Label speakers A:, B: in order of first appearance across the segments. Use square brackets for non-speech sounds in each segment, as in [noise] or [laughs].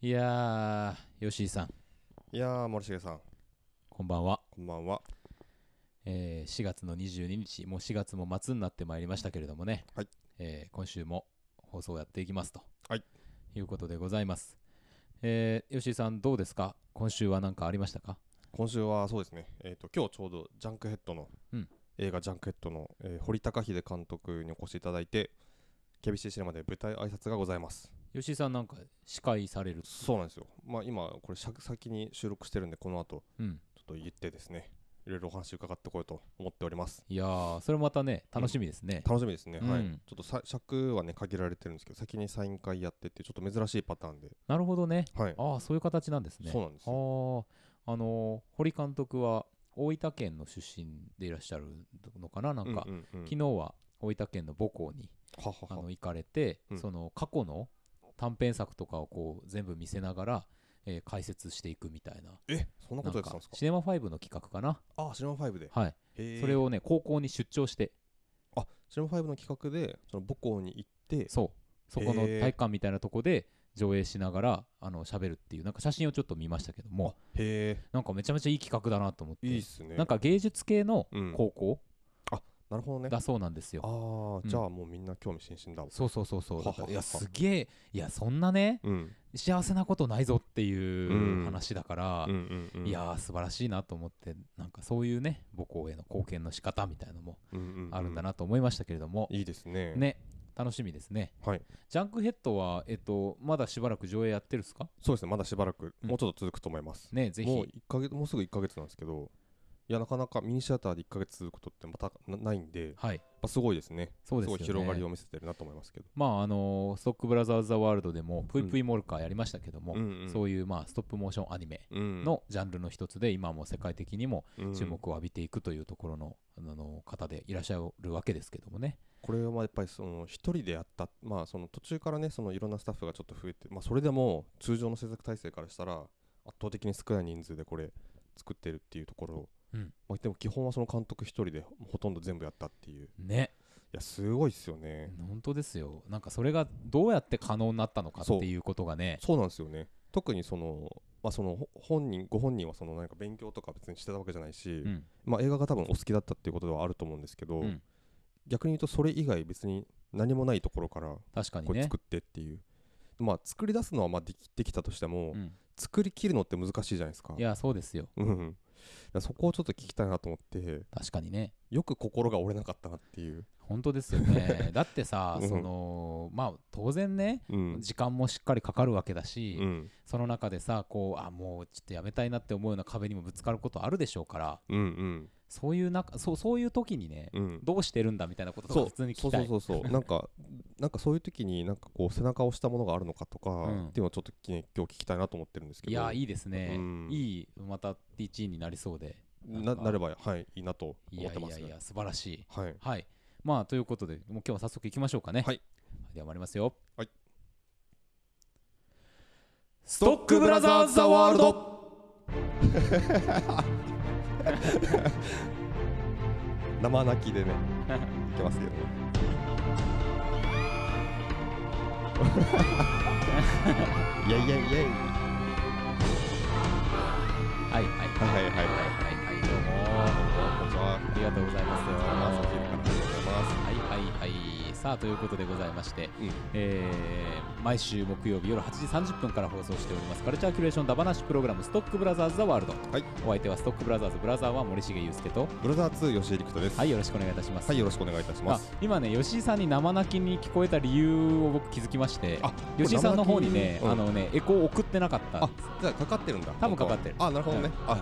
A: いやー、吉井さん、
B: いやー森重さん
A: こんばんは。
B: こんばんは
A: えー4月の22日、もう4月も末になってまいりましたけれどもね、
B: はい
A: えー今週も放送をやっていきますと、
B: はい、
A: いうことでございます。えー、吉井さん、どうですか今週は何かありましたか
B: 今週はそうですねえっ、と今日ちょうどジャンクヘッドの、
A: うん
B: 映画ジャンクヘッドの、えー堀高秀監督にお越しいただいて KBC シネマで舞台挨拶がございます
A: 吉井さん、なんか司会される。
B: そうなんですよまあ今これしゃ先に収録してるんでこの後
A: うん。
B: ちょっと言ってですねいろいろお話伺ってこようと思っております
A: いやー、それまたね、楽しみですね。
B: 楽しみですね、は
A: う
B: い
A: ん
B: ちょっとさ尺はね限られてるんですけど先にサイン会やってってちょっと珍しいパターンで
A: なるほどね。
B: はい
A: ああ、そういう形なんですね。
B: そうなんです
A: あ
B: よ
A: ーあのー堀監督は大分県の出身でいらっしゃるのかななんか、
B: ううんうんうん
A: 昨日は大分県の母校に
B: はは
A: あ
B: は
A: の行かれて、
B: うん
A: その過去の短編作とかをこう全部見せながら、えー解説していくみたいな
B: えそんなこ
A: な
B: と
A: ん
B: やってたん
A: か
B: ですか
A: シネマ5の企画かな、
B: あシネマ5で
A: はい、
B: へー
A: それをね高校に出張して
B: あシネマ5の企画でその母校に行って
A: そうそこの
B: へー
A: 体育館みたいなとこで上映しながらあの喋るっていうなんか写真をちょっと見ましたけども
B: へ
A: なんかめちゃめちゃいい企画だなと思って
B: えいいっすね
A: なんか芸術系の
B: うん
A: 高校
B: なるほどねあ
A: だそうなんですよ、
B: あー、
A: うん
B: じゃあもうみんな興味津々だわ
A: そうそうそうそうだからいや
B: はははは
A: すげえいやそんなね
B: うん
A: 幸せなことないぞっていう
B: うん
A: 話だから
B: うん、うんうん
A: いやー素晴らしいなと思ってなんかそういうね母校への貢献の仕方みたいのも
B: うんうう
A: あるんだなと思いましたけれども、
B: いいですね
A: ね楽しみですね
B: はい
A: ジャンクヘッドはえっとまだしばらく上映やってるんですか
B: そうですねまだしばらく、
A: うん
B: もうちょっと続くと思います
A: ねぜ
B: もう
A: ひ
B: 一ヶ月もうすぐ1ヶ月なんですけどいやなかなかミニシアターで1ヶ月続くことってまたなないんで、やっ
A: はい
B: ぱすごいですね
A: そうです
B: ご
A: よ
B: い
A: ね
B: 広がりを見せてるなと思いますけど
A: まああのーストックブラザーズ・ザ・ワールドでもプイプイ・モルカーやりましたけども、
B: うんうん
A: そういうまあストップモーションアニメ
B: うん
A: のジャンルの一つで今も世界的にも
B: うん
A: 注目を浴びていくというところの,、あの方でいらっしゃるわけですけどもね
B: これはまあやっぱりその一人でやった、まあ、その途中からねそのいろんなスタッフがちょっと増えて、まあ、それでも通常の制作体制からしたら圧倒的に少ない人数でこれ作ってるっていうところ、
A: うん
B: まあ、でも基本はその監督一人でほとんど全部やったっていうい
A: ね
B: やすごいっすよね、
A: 本当ですよなんかそれがどうやって可能になったのかって
B: そう
A: いうことがね
B: そうなんですよね特にその,、まあ、そのほ本人ご本人はその何か勉強とか別にしてたわけじゃないし、
A: うん
B: まあ、映画が多分お好きだったっていうことではあると思うんですけど、
A: うん
B: 逆に言うとそれ以外別に何もないところから
A: 確かに
B: これ
A: ね
B: 作ってっていう、まあ作り出すのはまあできできたとしても、
A: うん、
B: 作り切るのって難しいじゃないですか
A: いやそうですよ
B: うんうん、だからそこをちょっと聞きたいなと思って
A: 確かにね
B: よく心が折れなかったなっていう、
A: 本当ですよ
B: [laughs]
A: ねだってさ、
B: うん
A: そのまあ当然ね
B: うん
A: 時間もしっかりかかるわけだし、
B: うん
A: その中でさこうあもうちょっとやめたいなって思うような壁にもぶつかることあるでしょうから
B: うんうん
A: そういう中そうそういう時にね、
B: うん
A: どうしてるんだみたいなことと
B: そ
A: か
B: う
A: 普通に聞
B: そ
A: き
B: う
A: た
B: そ
A: いう
B: そうそうなんかなんかそういう時になんかこう背中を押したものがあるのかとか、
A: ん
B: っていうのをちょっときね今日聞きたいなと思ってるんですけど
A: いやいいですね、
B: うん
A: いいまた TT になりそうで
B: な
A: なんか
B: なればはいいいなと
A: い
B: 思
A: や
B: っ
A: い
B: てま
A: や
B: す
A: いや素晴らしい
B: はい
A: はいまあということでもう今日は早速いきましょうかね
B: はい
A: では参りますよ
B: はい
A: ストックブラザーズ・ザ・ワールド
B: 生泣きでねいけますけ
A: [laughs]
B: どね
A: はいはいはいはいは
B: いやいやいやはいはいはいはい
A: いどうも
B: こんにちは
A: ありがとうございます
B: おはようございますお昼か
A: は
B: らおはようございます
A: いはいはいさあということでございまして、
B: うん
A: えー毎週木曜日夜8時30分から放送しておりますカルチャーキュレーションダバナシプログラムストックブラザーズ・ザ・ワールド
B: はい
A: お相手はストックブラザーズブラザーは森重裕介と
B: ブラザー2吉井陸斗です
A: はいよろしくお願いいたします
B: はいよろしくお願いいたしま
A: あ
B: す
A: 今ね吉井さんに生泣きに聞こえた理由を僕気づきまして
B: あ
A: 吉井さんの方にね、
B: うん
A: あのねエコー送ってなかった
B: あじゃあかかってるんだ
A: 多分かかってる
B: あなるほどね
A: うん
B: あ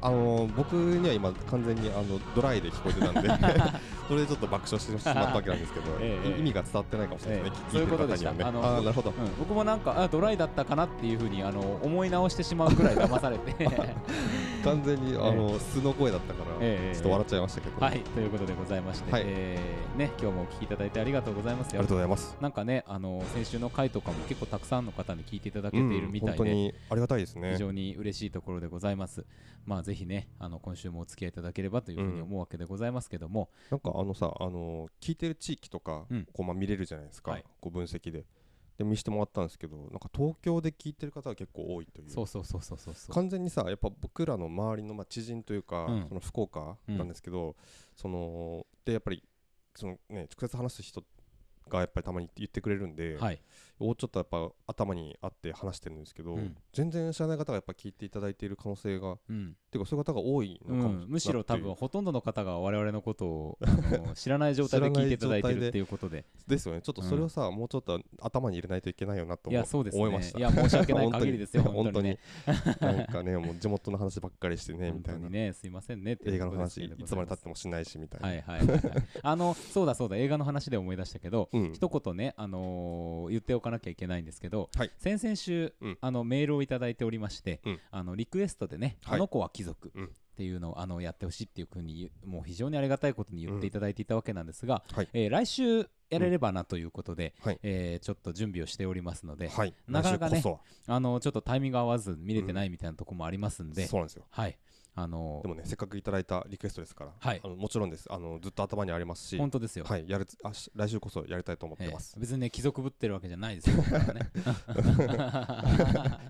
B: あのー僕には今完全にあのドライで聞こえてたん
A: [laughs]
B: でそれでちょっと爆笑してしまったわけなんですけど
A: ええええ
B: い意味が伝わってないかもしれないですね
A: ええ
B: 聞いてる方にはね
A: そういうことでしたあ
B: あ
A: の
B: ーなるほど
A: うん、僕もなんかあドライだったかなっていうふうにあの思い直してしまうくらい騙され
B: [laughs]
A: て [laughs]
B: 完全にあの素の声だったから
A: ええええ
B: ちょっと笑っちゃいましたけど
A: は
B: あ
A: いということでございまして、
B: はい
A: えーね、今日もお聞きいただいてありがとうございます
B: り
A: よ
B: がとうございます
A: なんかねあの先週の回とかも結構たくさんの方に聞いていただけているみたい
B: 本
A: で、
B: 当にありがたいです
A: 非
B: ね
A: 常に嬉しいところでございます。まあぜひね、あの今週もお付き合いいただければというふうに思うわけでございますけども、
B: なんかあのさあのー聞いてる地域とか
A: うん
B: こうまあ見れるじゃないです
A: は
B: か
A: い
B: こう分析でで見せてもらったんですけどなんか東京で聞いてる方が結構多いという
A: そうそうそうそうそうそう
B: 完全にさやっぱ僕らの周りの、まあ、知人というか、
A: うん
B: その福岡なんですけど、そのでやっぱりその、ね、直接話す人がやっぱりたまに言ってくれるんで、
A: はい、
B: もうちょっとやっぱ頭にあって話してるんですけど、
A: うん
B: 全然知らない方がやっぱ聞いていただいている可能性がっ
A: うん
B: ていうかそういう方が多いの
A: う
B: かもしれない、
A: ん、むしろ多分ほとんどの方が我々のことを
B: [laughs]
A: あの知らない状態で聞いていただいてるっていうことで
B: ですよねちょっとそれをさ、もうちょっと頭に入れないといけないよなと
A: い
B: 思
A: やそうですね
B: 思いました
A: いや申し訳ない限り
B: [laughs]
A: ですよ本当にね
B: 本当になんかねもう地元の話ばっかりしてねみ
A: 本
B: た
A: 当
B: いな、
A: にねすいませんねってい
B: 映
A: う
B: 画
A: こ
B: の
A: とですけ
B: 話い
A: れど
B: つまで経って
A: も
B: もしないしみたいな、
A: はいはいはい、はい、あのそうだそうだ映画の話で思い出したけど
B: うん
A: 一言ね、あのー言っておかなきゃいけないんですけど、
B: はい
A: 先々週、
B: うん
A: あのメールをいただいておりまして、
B: うん
A: あのリクエストでね、
B: はい
A: あの子は貴族
B: うん
A: っていうのをあのやってほしいっていうふうにもう非常にありがたいことに言っていただいていたわけなんですが、
B: はい
A: えー来週やれればなということで、
B: はい
A: えーちょっと準備をしておりますので、
B: はい、
A: なかなかね
B: 来週こ
A: あのちょっとタイミング合わず見れてないみたいなとこもありますん
B: そ
A: で、
B: はそうなんですよ
A: はいあのー
B: でもねせっかくいただいたリクエストですから、
A: はい
B: あのもちろんですあのずっと頭にありますし
A: 本当ですよ、
B: はいやるつあし来週こそやりたいと思っ
A: え
B: て
A: ー
B: ます、
A: 別にね貴族ぶってるわけじゃないですよ、僕らはね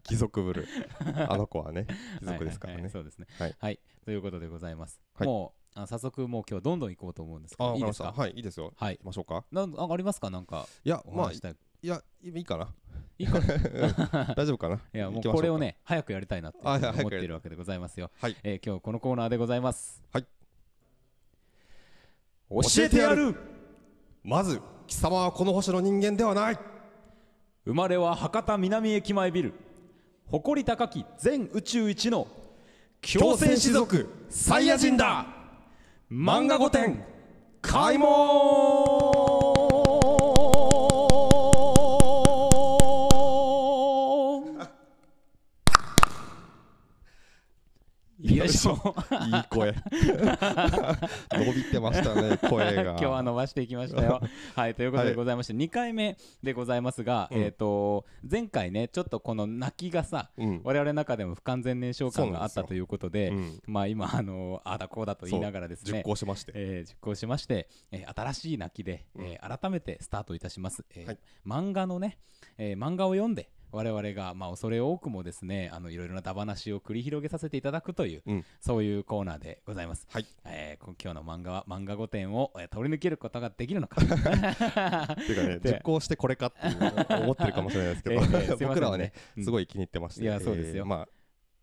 B: 貴族ぶるあの子は
A: [laughs]
B: ね貴族ですから
A: はいはいはい
B: ね
A: そうですね。は
B: はいい、
A: ということでございます。
B: はい
A: もうあ早速もう今日どんどん行こうと思うんですけ
B: あ
A: ど、
B: わ
A: いい
B: か
A: で
B: りますし
A: か。
B: た
A: はい。
B: はいいいですよ行きましょうか
A: なんなんかありますかなんか
B: いや
A: お
B: まあ
A: 話し
B: い
A: たい。
B: やいいいかな
A: いいか。
B: [laughs] 大丈夫かない
A: やも
B: 行
A: う
B: きましょ
A: これ
B: か
A: をね早くやりたいなっていうふうに
B: あはい
A: 思っ
B: 早く
A: て
B: やり
A: いるわけでございますよ。
B: はい
A: えー今日このコーナーでございます。
B: はい。
A: 教えてやる。
B: るまず貴様はこの星の人間ではない
A: 生まれは博多南駅前ビル。誇り高き全宇宙一の
B: 強戦士族サイヤ人だ漫画御殿開門
A: [laughs] よいしょ
B: いい
A: [laughs]
B: 声伸びてましたね声が
A: 今日は伸ばしていきました
B: [laughs]
A: よ。はいということ
B: は
A: で
B: い
A: ございまして、2回目でございますが、えっ、と前回ねちょっとこの泣きがさ、
B: うん
A: 我々の中でも不完全燃焼感があったということで
B: そうなんですよ
A: まあ今あのあだこうだと言いながらです
B: そう
A: ね
B: 熟考しまして、
A: えー実行しまして、えー新しい泣きで、えー改めてスタートいたします、えー
B: はい
A: 漫画のね、えー漫画を読んで我々が、まあ、恐れ多くもですねあのいろいろなダバなしを繰り広げさせていただくという、
B: うん
A: そういうコーナーでございます、
B: はい
A: えーこ今日の漫画は漫画5点を、えー取り抜けることができる
B: [laughs]
A: のか
B: っていうかね
A: で
B: 熟考してこれかっていうのを思ってるかもしれないですけど、
A: ええええすいませんね
B: [laughs] 僕らはね
A: うん
B: すごい気に入ってまして、
A: いやそうですよ
B: えーまあ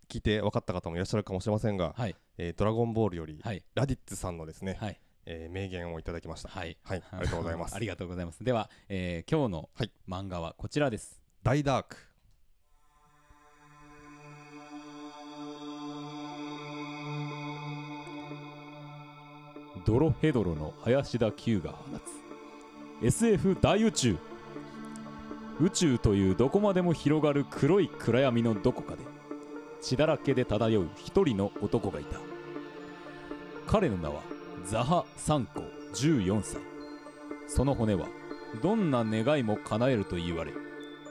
B: 聞いて分かった方もいらっしゃるかもしれませんが、
A: はい
B: えードラゴンボールより、
A: はい
B: ラディッツさんのですね、
A: はい
B: えー名言をいただきました。
A: はい
B: はい、ありがとうございま
A: [laughs]
B: す
A: あ。りがとうございますでは、えー今日の
B: はい
A: 漫画はこちらです、
B: 大ダーク。
A: ドロヘドロの林田球が放つ SF 大宇宙宇宙というどこまでも広がる黒い暗闇のどこかで血だらけで漂う一人の男がいた彼の名はザハ・サンコ14歳その骨はどんな願いも叶えると言われ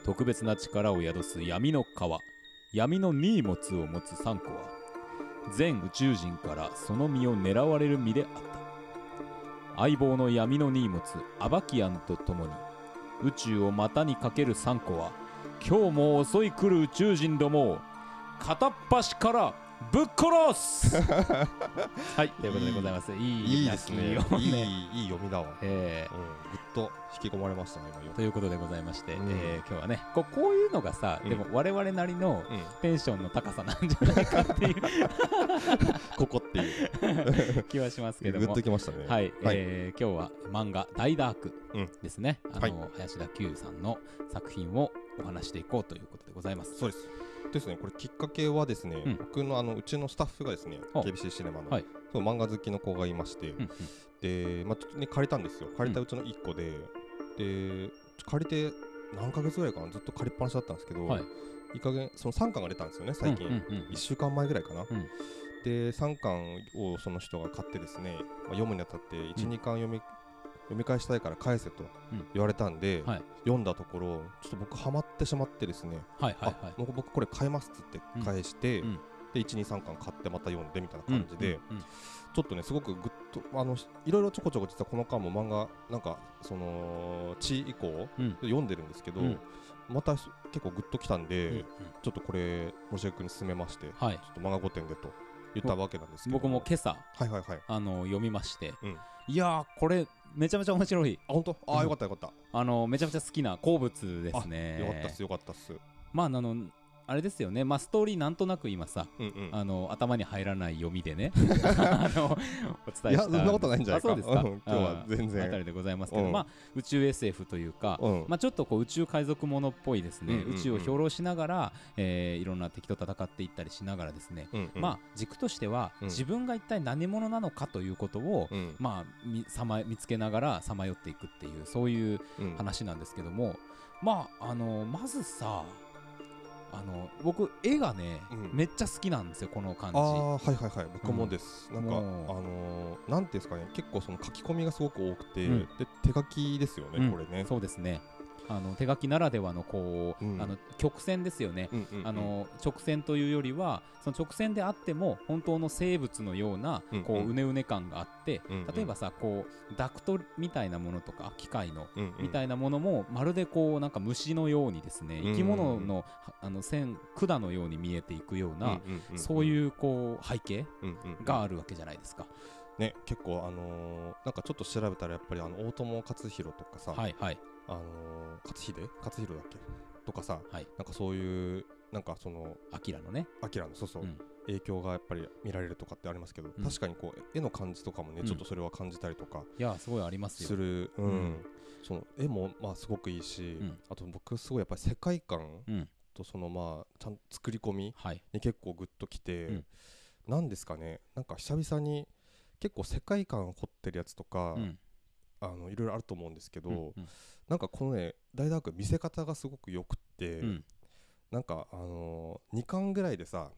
A: 特別な力を宿す闇の川闇の荷物を持つサンコは全宇宙人からその身を狙われる身であった相棒の闇の荷物アバキアンと共に宇宙を股にかけるサンコは今日も襲い来る宇宙人どもを片っ端からぶっ殺す
B: [laughs]
A: はいということでございますいい
B: いいですね
A: 泣き。を
B: いいいい読みだわ。
A: え
B: うん、ぐっと引き込まれましたね今
A: ー
B: よ。
A: ということでございまして、
B: うん
A: えー今日はねこうこういうのがさ、
B: うん
A: でも我々なりの
B: うん、
A: テンションの高さなんじゃないかっていう
B: [laughs] ここっていう。
A: 気はしますけど
B: ぐっ
A: も
B: ときました
A: は
B: ね。
A: い、
B: はい
A: えー今日は漫画「大ダーク
B: うん」
A: ですね、あの
B: は
A: 林田久さんの作品をお話していこうということでございます。
B: そうです。ですね、これきっかけはですね、
A: うん
B: 僕のあのうちのスタッフがですね、
A: あ
B: KBC シネマの、
A: はい
B: そう漫画好きの子がいまして、
A: うんうん
B: で、まあ、ちょっとね、借りたんですよ。借りたうちの1個で、で、借りて何ヶ月ぐらいかな、ずっと借りっぱなしだったんですけど、
A: はい
B: い、い加減、その3巻が出たんですよね、最近。
A: うんうんうん
B: 1週間前ぐらいかな、
A: ん
B: で3巻をその人が買ってですね、まあ、読むにあたって12、
A: うん
B: 2巻読み読み返したいから返せと
A: うん
B: 言われたんで、
A: はい
B: 読んだところちょっと僕ハマってしまってですね、
A: はいはいは
B: あもう僕これ買いますっつって返して、
A: うんうん。
B: で123巻買ってまた読んでみたいない感じ
A: う
B: で、
A: んうんうん
B: ちょっとねすごくグッとあのしいろいろちょこちょこ実はこの間も漫画なんかその「地」以降、
A: うん
B: 読んでるんですけど、
A: うん
B: またそ結構グッときたんで、
A: うんうん
B: ちょっとこれ森重君に勧めましてちょ
A: はい
B: っと漫画御殿でと言ったわけなんですけど
A: 僕も今朝
B: はいはいはいあ
A: あの読みまして、
B: うん
A: いやーこれめちゃめちゃ面白い
B: 本当あ
A: う
B: あ
A: ん
B: よかったよかった、
A: あのめちゃめちゃ好きな好物ですね
B: よかったっすよかったっす
A: まああのあれですよねまあストーリーなんとなく今さ
B: うんうん
A: あの頭に入らない読みで
B: [laughs]
A: ねあのお伝えした
B: いやそんなことないんじゃないか
A: あそうですか、
B: うん今日は全然
A: あたりでございますけど、
B: うん
A: まあ宇宙 SF というか、
B: うん
A: まあ、ちょっとこう宇宙海賊ものっぽいですね、
B: うんうんうん
A: 宇宙を兵糧しながら、えーいろんな敵と戦っていったりしながらですね、
B: うんうん
A: まあ軸としては、
B: うん
A: 自分が一体何者なのかということを、
B: うん
A: まあみさま見つけながらさまよっていくっていうそういう
B: うん
A: 話なんですけども、まああのまずさあの僕絵がね、
B: うん
A: めっちゃ好きなんですよこの感じ。
B: ああはいはいはい僕もです、
A: ん
B: なんかあ
A: もう
B: のー、なんていうんですかね結構その書き込みがすごく多くて、
A: うん
B: で手書きですよね、
A: うん
B: これね
A: そうですねあの手書きならではのこう、
B: うん
A: あの曲線ですよね、
B: うんうんうん
A: あの直線というよりはその直線であっても本当の生物のような
B: うん
A: こ
B: う
A: うんうねうね感があって、
B: うんうん
A: 例えばさこうダクトみたいなものとか機械の
B: うんうん
A: みたいなものもまるでこうなんか虫のようにですね
B: うん
A: 生き物のはあの線管のように見えていくような、
B: うんんんん
A: そういうこう背景
B: うんうんうん
A: があるわけじゃないですか。
B: ね結構あのー、なんかちょっと調べたらやっぱりあの大友克洋とかさ、
A: はいはい
B: あのー、勝秀勝弘だっけとかさ、
A: はい
B: なんかそういうなんかその
A: アキラのね、
B: アキラのそうそう、
A: うん
B: 影響がやっぱり見られるとかってありますけど、
A: うん
B: 確かにこう絵の感じとかもね、
A: うん
B: ちょっとそれは感じたりとか
A: いやすごいあります
B: す
A: よ。
B: る、うん
A: うん
B: その絵もまあすごくいいし、
A: うん
B: あと僕すごいやっぱり世界観
A: うん
B: とそのまあちゃん作り込み
A: はい、
B: に結構グッときて、
A: うん
B: なんですかねなんか久々に結構世界観を凝ってるやつとか、
A: うん
B: あのいろいろあると思うんですけど、
A: うんうん
B: なんかこのね大ダーク見せ方がすごくよくって、
A: うん
B: なんかあのー、2巻ぐらいでさ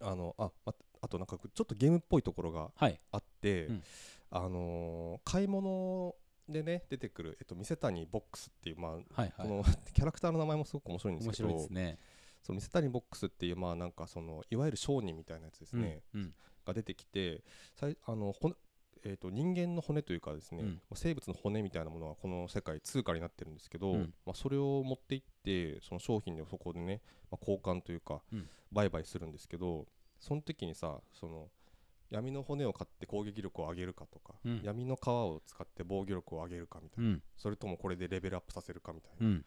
B: あのあああとなんかちょっとゲームっぽいところが
A: はい
B: あって、
A: うん
B: あのー買い物でね出てくる、えっと、店谷ボックスっていう、まあ
A: はいは
B: こ
A: い。
B: の [laughs] キャラクターの名前もすごく面白いんです
A: 面
B: け
A: 白
B: ど
A: いですね。
B: その店谷ボックスっていう、まあ、なんかそのいわゆる商人みたいなやつですね、
A: うんうん
B: が出てきてさいあの骨えー、と人間の骨というかですね、
A: うん
B: 生物の骨みたいなものはこの世界通貨になってるんですけど、
A: うん
B: まあ、それを持って行ってその商品でそこでね、まあ、交換というか、
A: うん
B: 売買するんですけどその時にさその闇の骨を買って攻撃力を上げるかとか、
A: うん
B: 闇の皮を使って防御力を上げるかみたいな、
A: うん
B: それともこれでレベルアップさせるかみたいな、
A: うん、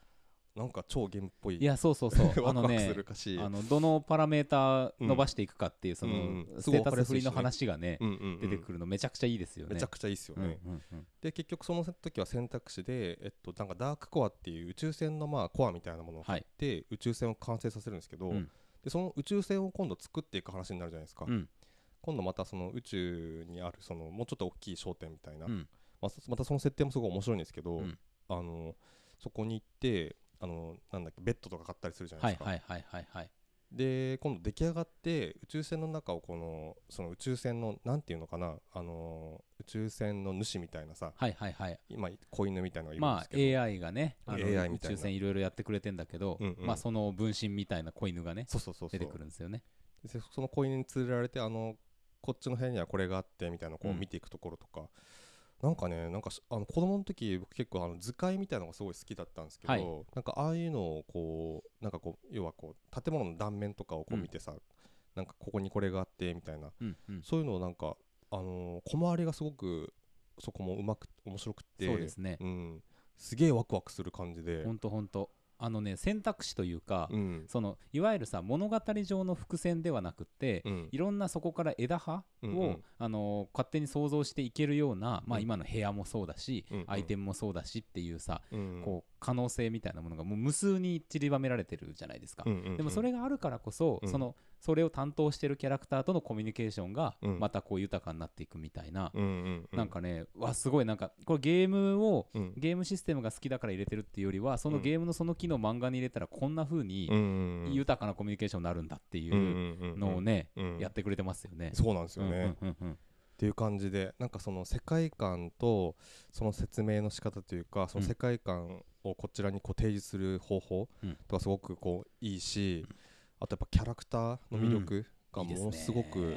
B: なんか超ゲームっぽい
A: いやそうそうそうあ
B: [laughs] ワク
A: の
B: ワク
A: ね
B: するかし、
A: あのどのパラメーター伸ばしていくかっていうその
B: うんうん
A: ステータス振りの話がね
B: うんうんうん
A: 出てくるのめちゃくちゃいいですよね。
B: めちゃくちゃいいですよね、
A: うんうんうん
B: で結局その時は選択肢で、えっと、なんかダークコアっていう宇宙船のまあコアみたいなものを
A: は
B: 買
A: い
B: って、宇宙船を完成させるんですけど、
A: うん
B: でその宇宙船を今度作っていく話になるじゃないですか、
A: うん
B: 今度またその宇宙にあるそのもうちょっと大きい商店みたいな、
A: うん
B: まあそまたその設定もすごい面白いんですけど、
A: うん
B: あのそこに行ってあのなんだっけベッドとか買ったりするじゃない
A: は
B: で
A: い
B: すか、
A: はいはいはいはい。
B: で今度出来上がって宇宙船の中をこのその宇宙船のなんていうのかなあの宇宙船の主みたいなさ
A: はいはいはい。
B: 今子犬みたいなのがいるんで
A: ますあ
B: けど、
A: AI がね、あの
B: AI
A: 宇
B: みたいな
A: 宙船いろいろやってくれてんだけど、
B: うんうん
A: まあその分身みたいな子犬がね
B: そうそうそうそ
A: 出て
B: う
A: くるんですよね。
B: でその子犬に連れられてあのこっちの部屋にはこれがあってみたいなのをこ
A: う
B: うん見ていくところとか、なんかねなんかしあの子供の時僕結構あの図解みたいなのがすごい好きだったんですけど、
A: はい
B: なんかああいうのをこうなんかこう要はこう建物の断面とかをこう見てさ、なんかここにこれがあってみたいな
A: うんうん。
B: そういうのをなんか、あのー小回りがすごくそこもうまく面白くて
A: そうですね。
B: うん、すげえワクワクする感じで、
A: 本当本当あのね選択肢というか、
B: うん
A: そのいわゆるさ物語上の伏線ではなくって、
B: うん
A: いろんなそこから枝葉を、
B: うんうん
A: あのー勝手に想像していけるような、まあ、
B: うん
A: 今の部屋もそうだし、
B: うんうん
A: アイテムもそうだしっていうさ、
B: うん
A: こう可能性みたいなものがもう無数に散りばめられてるじゃないですか。
B: うんうんうん
A: でもそれがあるからこそ、
B: うん
A: そのそれを担当してるキャラクターとのコミュニケーションが
B: うん
A: またこう豊かになっていくみたいな、
B: うんうんう
A: なんかねわすごいなんかこれゲームを
B: うん
A: ゲームシステムが好きだから入れてるっていうよりはそのゲームのその機能漫画に入れたらこんな風に
B: 言
A: 豊かなコミュニケーションになるんだって
B: う
A: いうん
B: うん
A: のをね、
B: うんうん
A: やってくれてますよね。
B: そうなんですよ
A: うんう
B: ね、っ
A: んうんうん
B: ていう感じでなんかその世界観とその説明の仕方というかその世界観をこちらにこう提示する方法
A: うん
B: とかすごくこういいし、あとやっぱキャラクターの魅力が
A: いいですね
B: ものすごく、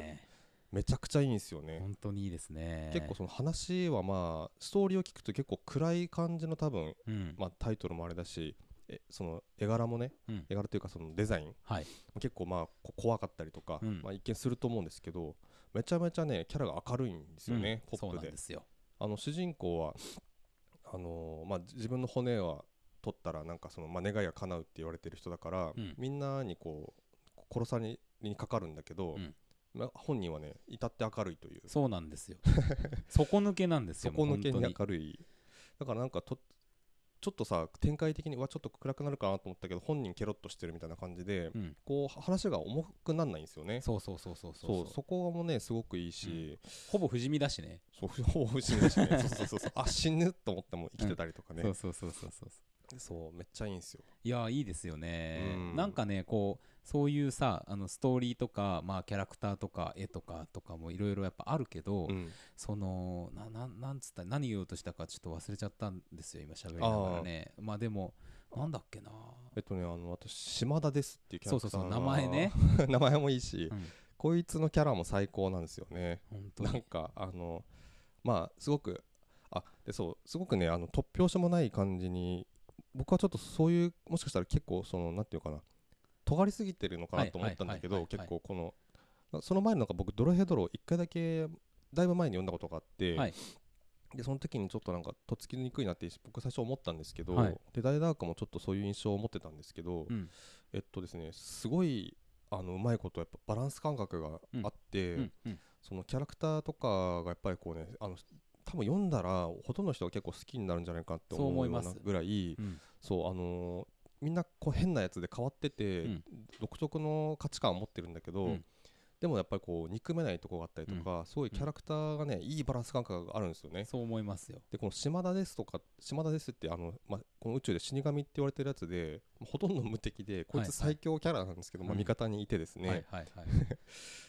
B: めちゃくちゃいいんですよね
A: 本当にいいですね
B: 結構その話はまあストーリーを聞くと結構暗い感じの多分、
A: うん、
B: まあ、タイトルもあれだしえその絵柄もね、
A: うん
B: 絵柄というかそのデザイン
A: はい
B: 結構まあこ怖かったりとか、
A: うん
B: まあ、一見すると思うんですけどめちゃめちゃねキャラが明るいんですよね、
A: うん
B: ポ
A: そう
B: ッ
A: なん
B: プで
A: ですよ
B: あの主人公はあのーまあ、じ自分の骨は取ったらなんかその、まあ、願いが叶うって言われてる人だから、
A: うん
B: みんなにこう殺されにかかるんだけど、
A: うん
B: まあ、本人はね至って明るいという
A: そうなんですよ [laughs] 底抜けなんですよ
B: 底抜け
A: もう
B: に
A: 本当
B: 明るいだからなんかとちょっとさ展開的にはちょっと暗くなるかなと思ったけど本人ケロッとしてるみたいな感じで、
A: うん
B: こう話が重くなんないんですよね
A: そうそうそうそう
B: そう
A: そう
B: そこもねすごくいいし、
A: ほぼ不死身だしね
B: そうほぼ死ぬしね
A: [laughs]
B: そうそうそうそうあ死ぬと思っても生きてたりとかね、
A: そうそうそうそうそう
B: そうめっちゃいいんですよ
A: いやーいいですよね、
B: うん
A: なんかねこうそういうさあのストーリーとか、まあ、キャラクターとか絵とかとかもいろいろやっぱあるけど、
B: うん
A: そのなななんつった何言おうとしたかちょっと忘れちゃったんですよ今喋りながらねまあでもなんだっけな
B: えっとねあの私島田ですっていうキ
A: そ
B: ャラ
A: う
B: クタ
A: そうそ
B: ー
A: う
B: が
A: 名前ね
B: [laughs] 名前もいいし、
A: うん
B: こいつのキャラも最高なんですよね
A: 本当
B: なん
A: に
B: かあのまあすごくあでそうすごくねあの突拍子もない感じに僕はちょっとそういうもしかしたら結構そのなんていうかな尖りすぎてるのかなと思ったんだけ
A: はい
B: ど
A: はいはいは
B: 結
A: い
B: 構このなその前のなんか僕ドロヘドロを一回だけだいぶ前に読んだことがあって、
A: はい
B: でその時にちょっとなんかとっつきにくいなって僕最初思ったんですけど、
A: はい
B: でダイダークもちょっとそういう印象を持ってたんですけど、
A: うん
B: えっとですねすごいあのうまいことやっぱバランス感覚があって、
A: うんうん
B: そのキャラクターとかがやっぱりこうねあの多分読んだらほとんどの人が結構好きになるんじゃないかって
A: そう
B: 思
A: 思
B: う
A: い
B: よ
A: ま
B: う
A: す
B: なぐらい
A: うん
B: そうあのーみんなこう変なやつで変わってて、
A: うん
B: 独特の価値観を持ってるんだけど、
A: うん
B: でもやっぱりこう憎めないとこがあったりとか、すごいキャラクターがねいいバランス感覚があるんですよね。
A: そう思いますよ
B: でこの島田ですとか島田ですってあの、まあ、この宇宙で死神って言われてるやつでほとんど無敵でこい
A: はい
B: つ最強キャラなんですけど、
A: うん
B: まあ、味方にいてですね、
A: はいはいはい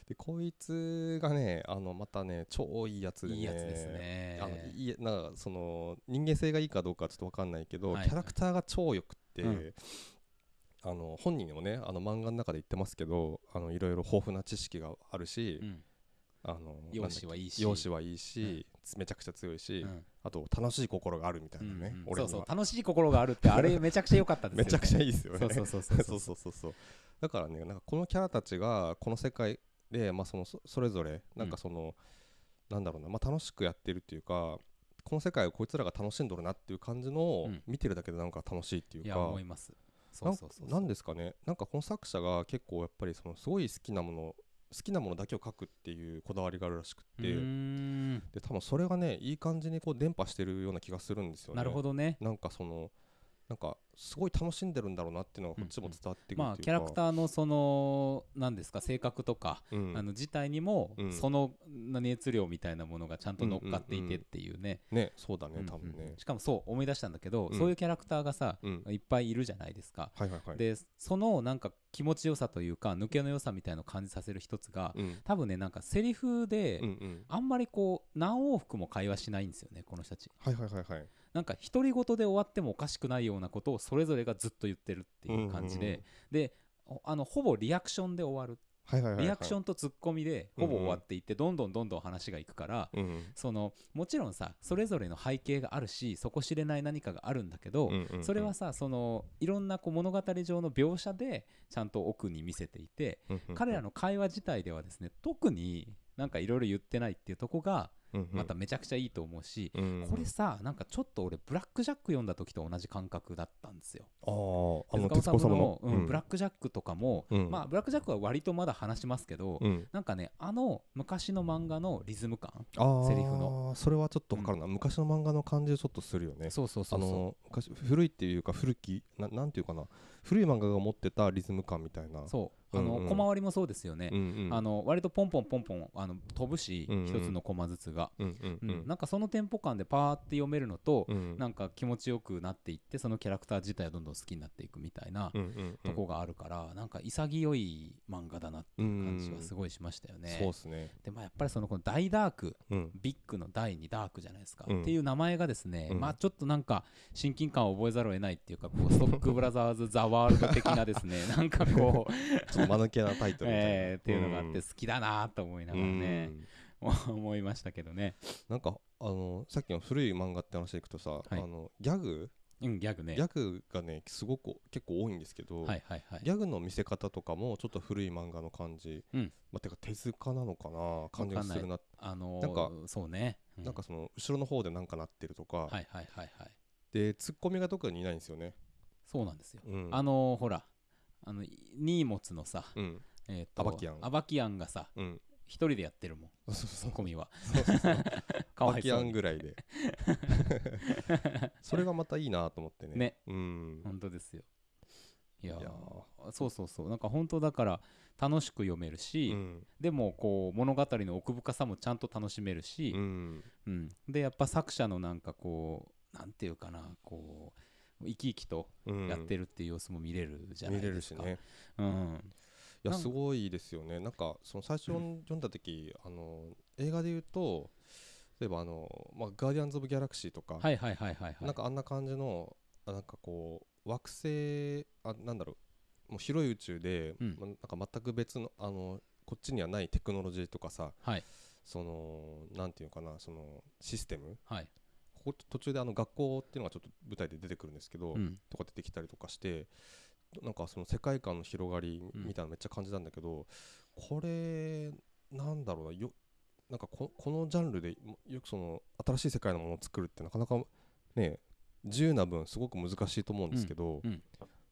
B: でこいつがねあのまたね超いいやつでね
A: いいやつですね
B: あのいいなんかその人間性がいいかどうかはちょっと分かんないけど、
A: はい
B: キャラクターが超よくって、
A: うん
B: あの本人もねあの漫画の中で言ってますけどあのいろいろ豊富な知識があるし、
A: うん
B: あの
A: 容姿はいいし
B: 容姿はいいし、めちゃくちゃ強いし、
A: うん
B: あと楽しい心があるみた
A: う
B: いなんね、
A: うん
B: 俺
A: そう
B: には
A: そう楽しい心があるってあれめちゃくちゃ良かったですよ
B: め
A: ね
B: ちゃくちゃいいですよね
A: そうそう [laughs] そうそ
B: そううそうそうそうだからねなんかこのキャラたちがこの世界で、まあ、そのそそれぞれなんかその、なんだろうな、まあ、楽しくやってるっていうかこの世界をこいつらが楽しんどるなっていう感じのを
A: うん
B: 見てるだけでなんか楽しいっていう
A: い
B: か、
A: や思いますそうそうそう
B: なんなん
A: で
B: ですかねなんかこの作者が結構やっぱりそのすごい好きなもの好きなものだけを書くっていうこだわりがあるらしくって、で多分それがねいい感じにこう伝播してるような気がするんですよね。
A: なるほどね
B: なんかそのなんかすごい楽しんでるんだろうなっていうのがこっちも伝わってくるっていうか、
A: まあキャラクターのその何ですか性格とか
B: うん
A: あの自体にも
B: うん
A: その熱量みたいなものがちゃんと乗っかってい
B: うんうん
A: て
B: う
A: っ
B: ん
A: ていうね
B: ねそうだね
A: うん
B: 多分ね
A: しかもそう思い出したんだけど
B: うん
A: そういうキャラクターがさ
B: うん、
A: いっぱいいるじゃないですか
B: はいはいはい
A: でそのなんか気持ちよさというか抜けの良さみたいのを感じさせる一つが
B: うん
A: 多分ねなんかセリフで
B: うんうん
A: あんまりこう何往復も会話しないんですよねこの人たち
B: はいはいはいはい
A: なんか独り言で終わってもおかしくないようなことをそれぞれがずっと言ってるっていう感じで、
B: うんうんうん
A: でおあのほぼリアクションで終わる
B: はいはいはいはい
A: リアクションとツッコミでほぼ終わっていって、どんどんどんどん話がいくから、
B: うん
A: そのもちろんさそれぞれの背景があるしそこ知れない何かがあるんだけ
B: う
A: ど、
B: んうんうん
A: それはさそのいろんなこう物語上の描写でちゃんと奥に見せていて、
B: うんうん
A: 彼らの会話自体ではですね特になんかいろいろ言ってないっていうとこが
B: うんうん
A: まためちゃくちゃいいと思うし、
B: うんうん
A: これさなんかちょっと俺ブラック・ジャック読んだ時と同じ感覚だったんですよ。
B: あーあの
A: 手
B: 徹
A: 塚
B: 子
A: 治虫
B: 様の
A: の、うんブラック・ジャックとかも、
B: うん
A: まあブラック・ジャックは割とまだ話しますけど、
B: うん
A: なんかねあの昔の漫画のリズム感、
B: あー
A: セリフの
B: それはちょっと分かるな、昔の漫画の感じをちょっとするよね
A: そうそうそう
B: あ
A: そ
B: の昔古いっていうか古きななんていうかな古い漫画が持ってたリズム感みたいな
A: うそうあの、
B: うんうん
A: 小回りもそうですよね、
B: んうん
A: あの割とポンポンポンポンあの飛ぶし、
B: うんうん
A: 一つのコマずつが、
B: うんうん
A: うん
B: うん
A: なんかそのテンポ感でパーって読めるのと、
B: うん
A: なんか気持ちよくなっていってそのキャラクター自体をどんどん好きになっていくみたいな
B: うんうんう
A: と
B: ん
A: こがあるから、なんか潔い漫画だなっていう感じはすごいしましたよね。
B: そうですね。
A: でまあやっぱりそのこの大ダーク
B: うん。
A: ビッグの第2ダークじゃないですか、
B: うん
A: っていう名前がですね、
B: うん
A: まあちょっとなんか親
B: [laughs]
A: 近感を覚えざるを得ないっていうかこうストックブラザーズ・ザ・ワールド的なですねなんかこう
B: ちょっの間抜けなタイトルみたい
A: [laughs]
B: な、
A: えーっていうのがあって
B: ん
A: 好きだなと思いながらね、
B: うん
A: 思いましたけどね、
B: なんかあのさっきの古い漫画って話でいくとさ、あのギャグ
A: うん、ギャグね
B: ギャグがねすごく結構多いんですけど、
A: はいはいはい
B: ギャグの見せ方とかもちょっと古い漫画の感じ、
A: うん
B: まあ、てか手塚なのかな感じがするな
A: あのー、
B: なんか
A: そうね、う
B: なんかその後ろの方でなんかなってるとか、
A: はいはいはいはい
B: でツッコミが特にいないんですよね、
A: そうなんですよ、
B: うん、
A: あのー、ほらあのい荷物のさ、
B: うん
A: えーと
B: アバキアン
A: アバキアンがさ
B: うん
A: 一人でやってるもん
B: そうそう
A: ツッコミは
B: そう [laughs] そうそう
A: かわ
B: ア
A: い
B: キ
A: そ
B: ア
A: う
B: ン
A: に
B: ぐら
A: [laughs]
B: いでそれがまたいいなと思ってね
A: ね
B: うん
A: 本当ですよいやー
B: いや
A: そうそうそうなんか本当だから楽しく読めるし、
B: うん
A: でもこう物語の奥深さもちゃんと楽しめるし、
B: うん
A: うん、でやっぱ作者のなんかこうなんていうかなこう生き生きと
B: うん
A: やってるっていう様子も見れるじゃな
B: 見
A: い
B: れ
A: で
B: る
A: す
B: し
A: か。
B: ね
A: うん、
B: い
A: な
B: や
A: んか
B: すごいですよねなんかその最初
A: うん
B: 読んだ時、あの映画で言うと例えばあの、まあ「ガーディアンズ・オブ・ギャラクシー」とか、
A: はいはいはいはいはい。
B: なんかあんな感じのあなんかこう惑星あなんだろうもう広い宇宙で、
A: うん
B: まなんか全く別のあのこっちにはないテクノロジーとかさ、
A: はい
B: そのなんていうのかなそのシステム
A: はい。
B: ここ途中であの学校っていうのがちょっと舞台で出てくるんですけど、
A: うん
B: とか出てきたりとかしてなんかその世界観の広がり
A: うん
B: みたいなのめっちゃ感じたんだけど、これなんだろうなよなんかここのジャンルでもよくその新しい世界のものを作るってなかなかね自由な分すごく難しいと思うんですけど、
A: うん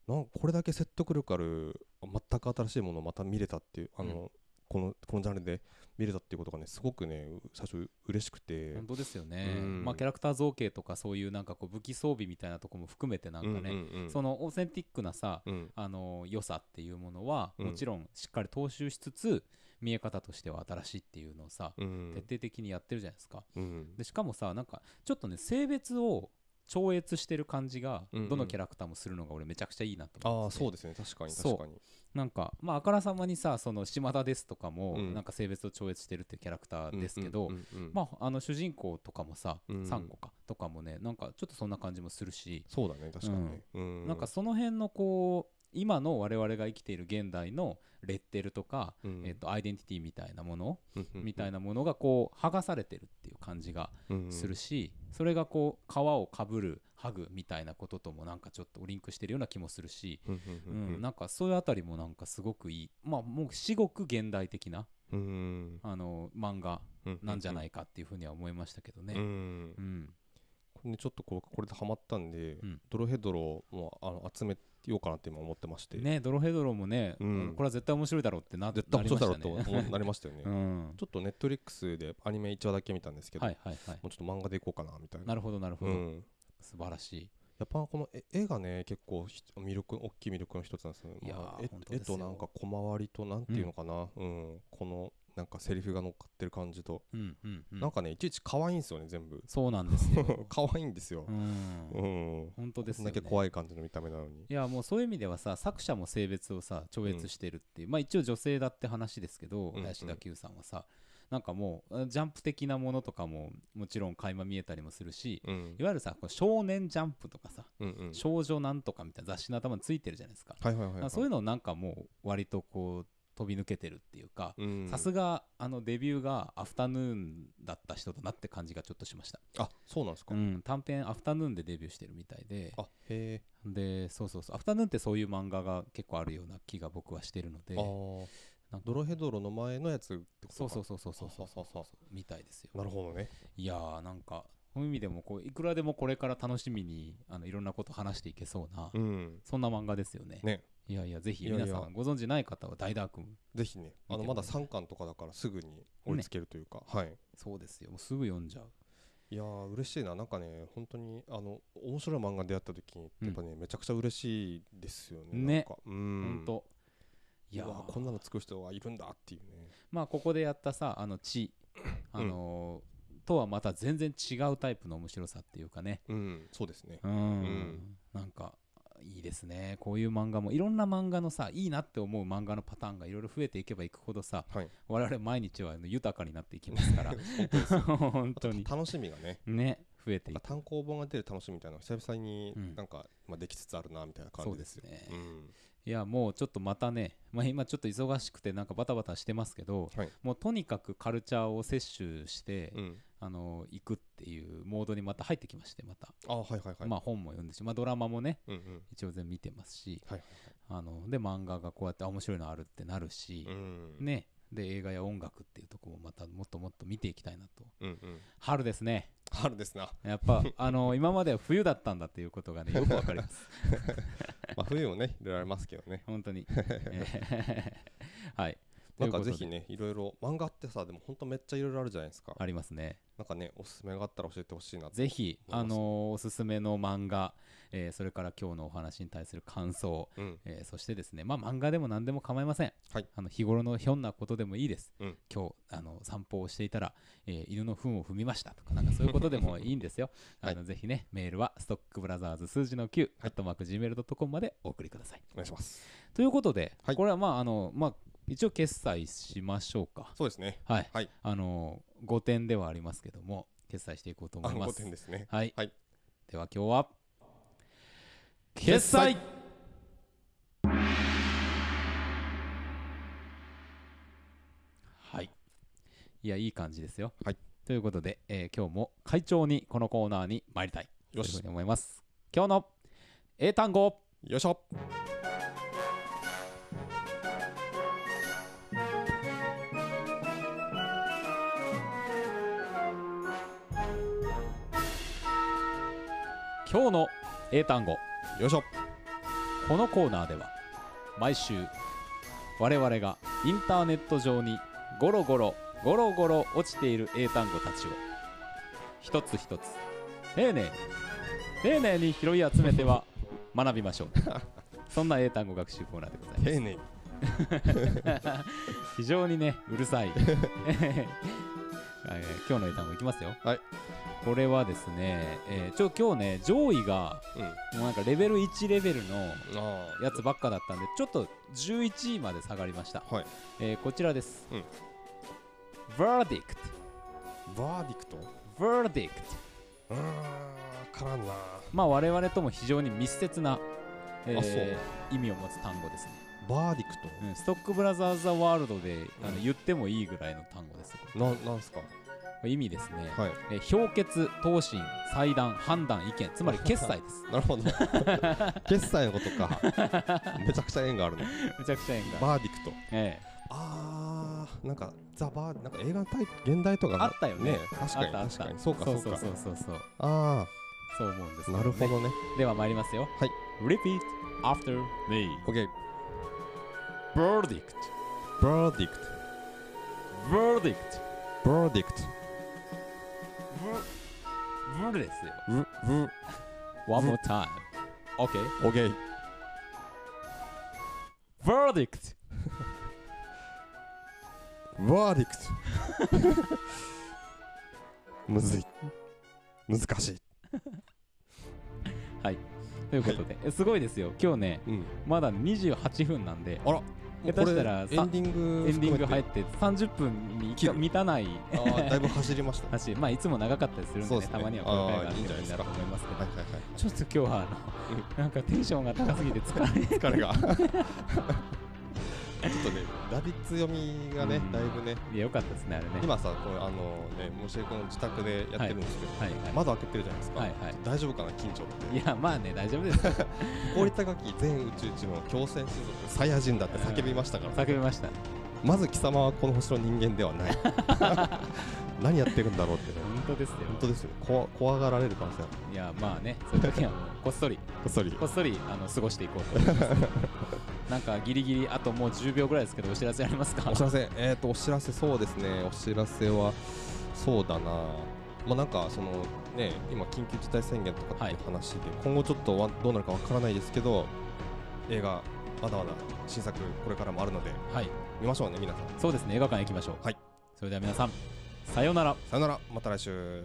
B: なんかこれだけ説得力ある全く新しいものをまた見れたっていうあの、このこのジャンルで見れたっていうことがねすごくねう最初う嬉しくて。
A: 本当ですよね。
B: うん
A: まあキャラクター造形とかそういうなんかこう武器装備みたいなとこも含めてなんかね、
B: うんうんうん
A: そのオーセンティックなさ、
B: うん
A: あの良さっていうものは
B: うん
A: もちろんしっかり踏襲しつつ見え方としては新しいっていうのをさ、
B: うん
A: 徹底的にやってるじゃないですか。
B: うん
A: でしかもさなんかちょっとね性別を超越してる感じが
B: うんうん
A: どのキャラクターもするのが俺めちゃくちゃいいなと
B: あ
A: 思
B: あ
A: って、ね
B: そうですね確かに
A: そう
B: 確かに
A: なんかまああからさまにさその島田ですとかも
B: うん
A: なんか性別を超越してるっていうキャラクタ
B: う
A: ー
B: ん
A: ですけど、
B: うんうんうん
A: まああの主人公とかもさ、
B: うん
A: サンゴかとかもねなんかちょっとそんな感じもするし、
B: そうだね確かにねうん
A: なんかその辺のこう今の我々が生きている現代のレッテルとか、えっとアイデンティティみたいなもの、みたい
B: な
A: なものがこう剥がされてるっていう感じがするし、それがこう皮をかぶるハグみたいなことともなんかちょっとリンクしてるような気もするし、うんなんかそういうあたりもなんかすごくいいまあもう至極現代的なあの漫画なんじゃないいかっていうふうには思いましたけど
B: う
A: ね。
B: ん
A: うん
B: これねちょっとこうこれでハマったんで
A: うん
B: ドロヘドロもあの集めようかなって今思ってまして
A: ねドロヘドロもね、
B: うん
A: これは絶対面白いだろうってな
B: 絶対面白いだろう
A: なりましたね
B: と思うなりましたよね
A: [laughs] う
B: ち
A: ん、
B: ょっとネットリックスでアニメ1話だけ見たんですけど
A: はい
B: も
A: はいはいう
B: ちょっと漫画でいこうかなみたいな
A: なるほどなるほ
B: う
A: ど、
B: ん
A: 素晴らしい
B: やっぱこの絵絵がね結構ひ魅力大きい魅力の一つなんですよね。
A: いやー
B: まあ
A: 本当
B: 絵絵
A: ですよ
B: となんか小回りとなんていうのかな、うんこのなんかセリフが乗っかってる感じと、
A: うんうんうん
B: なんかねいちいち可愛いんですよね全
A: [laughs]
B: 部
A: そうなんですよ、
B: 可愛いんですよ
A: う。ん
B: うん、
A: 本当です
B: こん
A: よ、ね、
B: だけ怖い感じの見た目なのに。
A: いやもうそういう意味ではさ作者も性別をさ超越してるっていう、まあ一応女性だって話ですけど、
B: うんうん
A: 林田久さんはさなんかもうあジャンプ的なものとかももちろん垣間見えたりもするし、
B: うん
A: いわゆるさこう少年ジャンプとかさ、
B: うんうん。
A: 少女なんとかみたいな雑誌の頭についてるじゃないですか,、
B: はいはいはい、はい。
A: そういうのをなんかもう割とこう飛び抜けてるっていうか
B: うん
A: さすがあのデビューがアフタヌーンだった人だなって感じがちょっとしました、
B: あそうなんですか。
A: うん、短編アフタヌーンでデビューしてるみたいで
B: あへえ。
A: でそうそうそうアフタヌーンってそういう漫画が結構あるような気が僕はしてるので
B: あー
A: なんか
B: ドロヘドロの前のやつってこと
A: そう
B: か。
A: そうそうそうそうそうそう
B: はははは
A: みたいですよ
B: なるほどね。
A: いやーなんかそういう意味でもこういくらでもこれから楽しみにあのいろんなこと話していけそうな、
B: うん。
A: そんな漫画ですよね
B: ね
A: いやいやぜひ
B: いやい
A: 皆
B: や
A: さんご存じない方は大ダークも
B: ぜひねあの
A: 見て
B: ま
A: く
B: だ
A: ださい
B: 3巻とかだからすぐに追いつけるというか、はい。
A: そうですよもうすぐ読んじゃう
B: いやー嬉しいな、なんかね、本当にあの面白い漫画に出会った時に、
A: うん
B: やっぱね、めちゃくちゃ嬉しいですよね。
A: ね
B: なんかう
A: ほ
B: ん
A: んとい
B: いや
A: やー
B: こんなの作る人はいるんだっていうね。
A: まあここでやったさあの地あのーとはまた全然違うタイプの面白さっていうかね
B: うん、そうですね。
A: うん、
B: うん
A: なんかいいですねこういう漫画もいろんな漫画のさいいなって思う漫画のパターンがいろいろ増えていけばいくほどさ
B: はい。
A: 我々毎日はあの豊かになっていきます
B: [laughs]
A: から [laughs] 本当に
B: 楽しみがね、
A: ね増えてい
B: なん
A: く
B: か単行本が出る楽しみみたいなのが久々に
A: うん
B: なんか、まあできつつあるなみたいな感
A: そう
B: じ
A: で
B: ですすよ。
A: ね、
B: う
A: い
B: ん
A: いやもうちょっとまたね、まあ、今ちょっと忙しくてなんかバタバタしてますけど、
B: はい
A: もうとにかくカルチャーを摂取して、
B: うん、
A: あの行くっていうモードにまた入ってきましてまた、
B: あはいはいはい、
A: まあ本も読んでし、まあ、ドラマもね
B: うんうん
A: 一応全部見てますし
B: はい
A: あので漫画がこうやってあ面白いのあるってなるし
B: う、ん
A: ねで映画や音楽っていうとこもまたもっともっと見ていきたいなと
B: うんうん
A: 春ですね
B: 春ですな、
A: やっぱ [laughs] あの今までは冬だったんだっていうこと
B: [laughs]
A: がねよくわかります
B: まあ、冬もねいろいろありますけどね
A: 本
B: [laughs]
A: 当に、えー [laughs] はい
B: なん
A: とい
B: か
A: うこと
B: ぜ
A: で
B: ひねいろいろ漫画ってさでもほんとめっちゃいろいろあるじゃないですか
A: ありますね
B: なんかねおすすめがあったら教えてほしいなって
A: ぜひ
B: 思いま
A: あ
B: す
A: のーおすすめの漫画、えーそれから今日のお話に対する感想、
B: うん
A: えーそしてですねまあ漫画でも何でも構いません、
B: はい
A: あの日頃のひょんなことでもいいです、
B: うん
A: 今日あの散歩をしていたら、えー犬の糞を踏みましたとかなんかそういうことでもいいんですよ
B: [laughs] はい
A: あのぜひねメールはストックブラザーズ数字の9、アットマーク Gmail.com までお送りください
B: お願いします
A: ということで、
B: はい
A: これはまああのまあ一応決済しましょうか
B: そうですね
A: はい、
B: はい
A: あのー、5点ではありますけども決済していこうと思
B: あ
A: いま
B: の5
A: す
B: 点ですね
A: はい、
B: はい
A: では今日は決済はいいやいい感じですよ、
B: はい、
A: ということで、えー今日も会長にこのコーナーに参りたい
B: よ
A: というふ
B: し
A: うに思います今日の英単語
B: よいしょ
A: 今日の英単語
B: よいしょ
A: このコーナーでは毎週我々がインターネット上にゴロゴロゴロゴロ落ちている英単語たちを一つ一つ丁寧に丁寧に拾い集めては学びましょう [laughs] そんな英単語学習コーナーでございます
B: 丁寧に
A: 非常にねうるさいえー今日の英単語いきますよ
B: はい
A: これはですね、えーちょ今日ね上位が
B: うん
A: もうなんかレベル1レベルの
B: あ
A: やつばっかだったんでちょっと11位まで下がりました、
B: あはい
A: えーこちらです、
B: うん
A: Verdict
B: バーディクト
A: Verdict
B: うーんからんな
A: まあ我々とも非常に密接な、えー
B: あそう
A: 意味を持つ単語ですね、
B: バーディクト
A: うんストックブラザーズ・ザ・ワールドで、あの
B: うん
A: 言ってもいいぐらいの単語です
B: ななんすか
A: 意味ですね、
B: はい
A: えー氷結答申裁断判断意見つまり決済です
B: [laughs] なる
A: [laughs]
B: ほど決済のことかめちゃくちゃ縁があるね
A: めちゃくちゃ縁が、
B: バーディクト
A: え
B: あーなんかザ・バーなんか映画タイ現代とか
A: ー
B: な
A: あったよね
B: 確
A: あ
B: か
A: っ
B: に
A: たあっ
B: 確
A: た
B: かにそうか
A: そ
B: そうう
A: そう
B: か
A: そうそうそう
B: あ
A: そう思うんです
B: あ
A: けど
B: なるほどね
A: では参りますよ。
B: はい。
A: Repeat after me.
B: OK
A: Verdict.
B: バーディクト
A: Verdict.
B: バーディクト
A: Ver... Ver ですよ。
B: ブブ
A: One more time. Okay.
B: オッケー
A: Verdict.
B: バーディクト [laughs] むずい難しい
A: ということで、えすごいですよ。今日ね、
B: うん
A: まだ28分なんで、
B: あら
A: 下手したら
B: これエンディング
A: エンディング入
B: 含
A: っ
B: め
A: て30分に
B: 切る
A: 満たない
B: てあーだいぶ走りましたね
A: 話、まあいつも長かったりするんで、
B: そう
A: ね
B: ですね
A: たまにはこういう回があ
B: あ
A: っ
B: ー
A: て
B: いいんじ
A: も
B: ゃない
A: いなと
B: いですか
A: 思いますけど
B: はい、はいはい
A: ちょっと今日はあの、なんかテンションが高すぎて疲れ
B: 疲れが [laughs] ちょっとね打率読みがね
A: うん
B: だいぶね
A: いや、よかったですね、あれね。
B: 今さこれあのね申し訳の自宅でやってるんですけど、
A: はいはい。
B: 窓開けてるじゃないですか、
A: はいはい
B: 大丈夫かな緊張って
A: いや、まあね、大丈夫です。
B: 氷高き全宇宙一の強戦士族サイヤ人だって叫びましたから、
A: 叫びましたね。
B: まず貴様はこの星の人間ではない
A: [laughs]
B: 何やってるんだろうってね
A: 本当ですよ。
B: 本当ですよ怖怖がられる可能性ある
A: いや、まあね、そういう時はもうこっそり、
B: こっそり
A: こっそりあの過ごしていこうと思います。なんかギリギリ、あともう10秒ぐらいですけど、お知らせありますか
B: [laughs] お知らせえっ、とお知らせそうですねお知らせはそうだなまあなんかそのね今緊急事態宣言とかっていう話で、今後ちょっとわどうなるかわからないですけど映画まだまだ新作これからもあるので
A: はい。
B: 見ましょうね皆さん
A: そうですね、映画館行きましょう。
B: はい。
A: それでは皆さん、さようなら。
B: さよならまた来週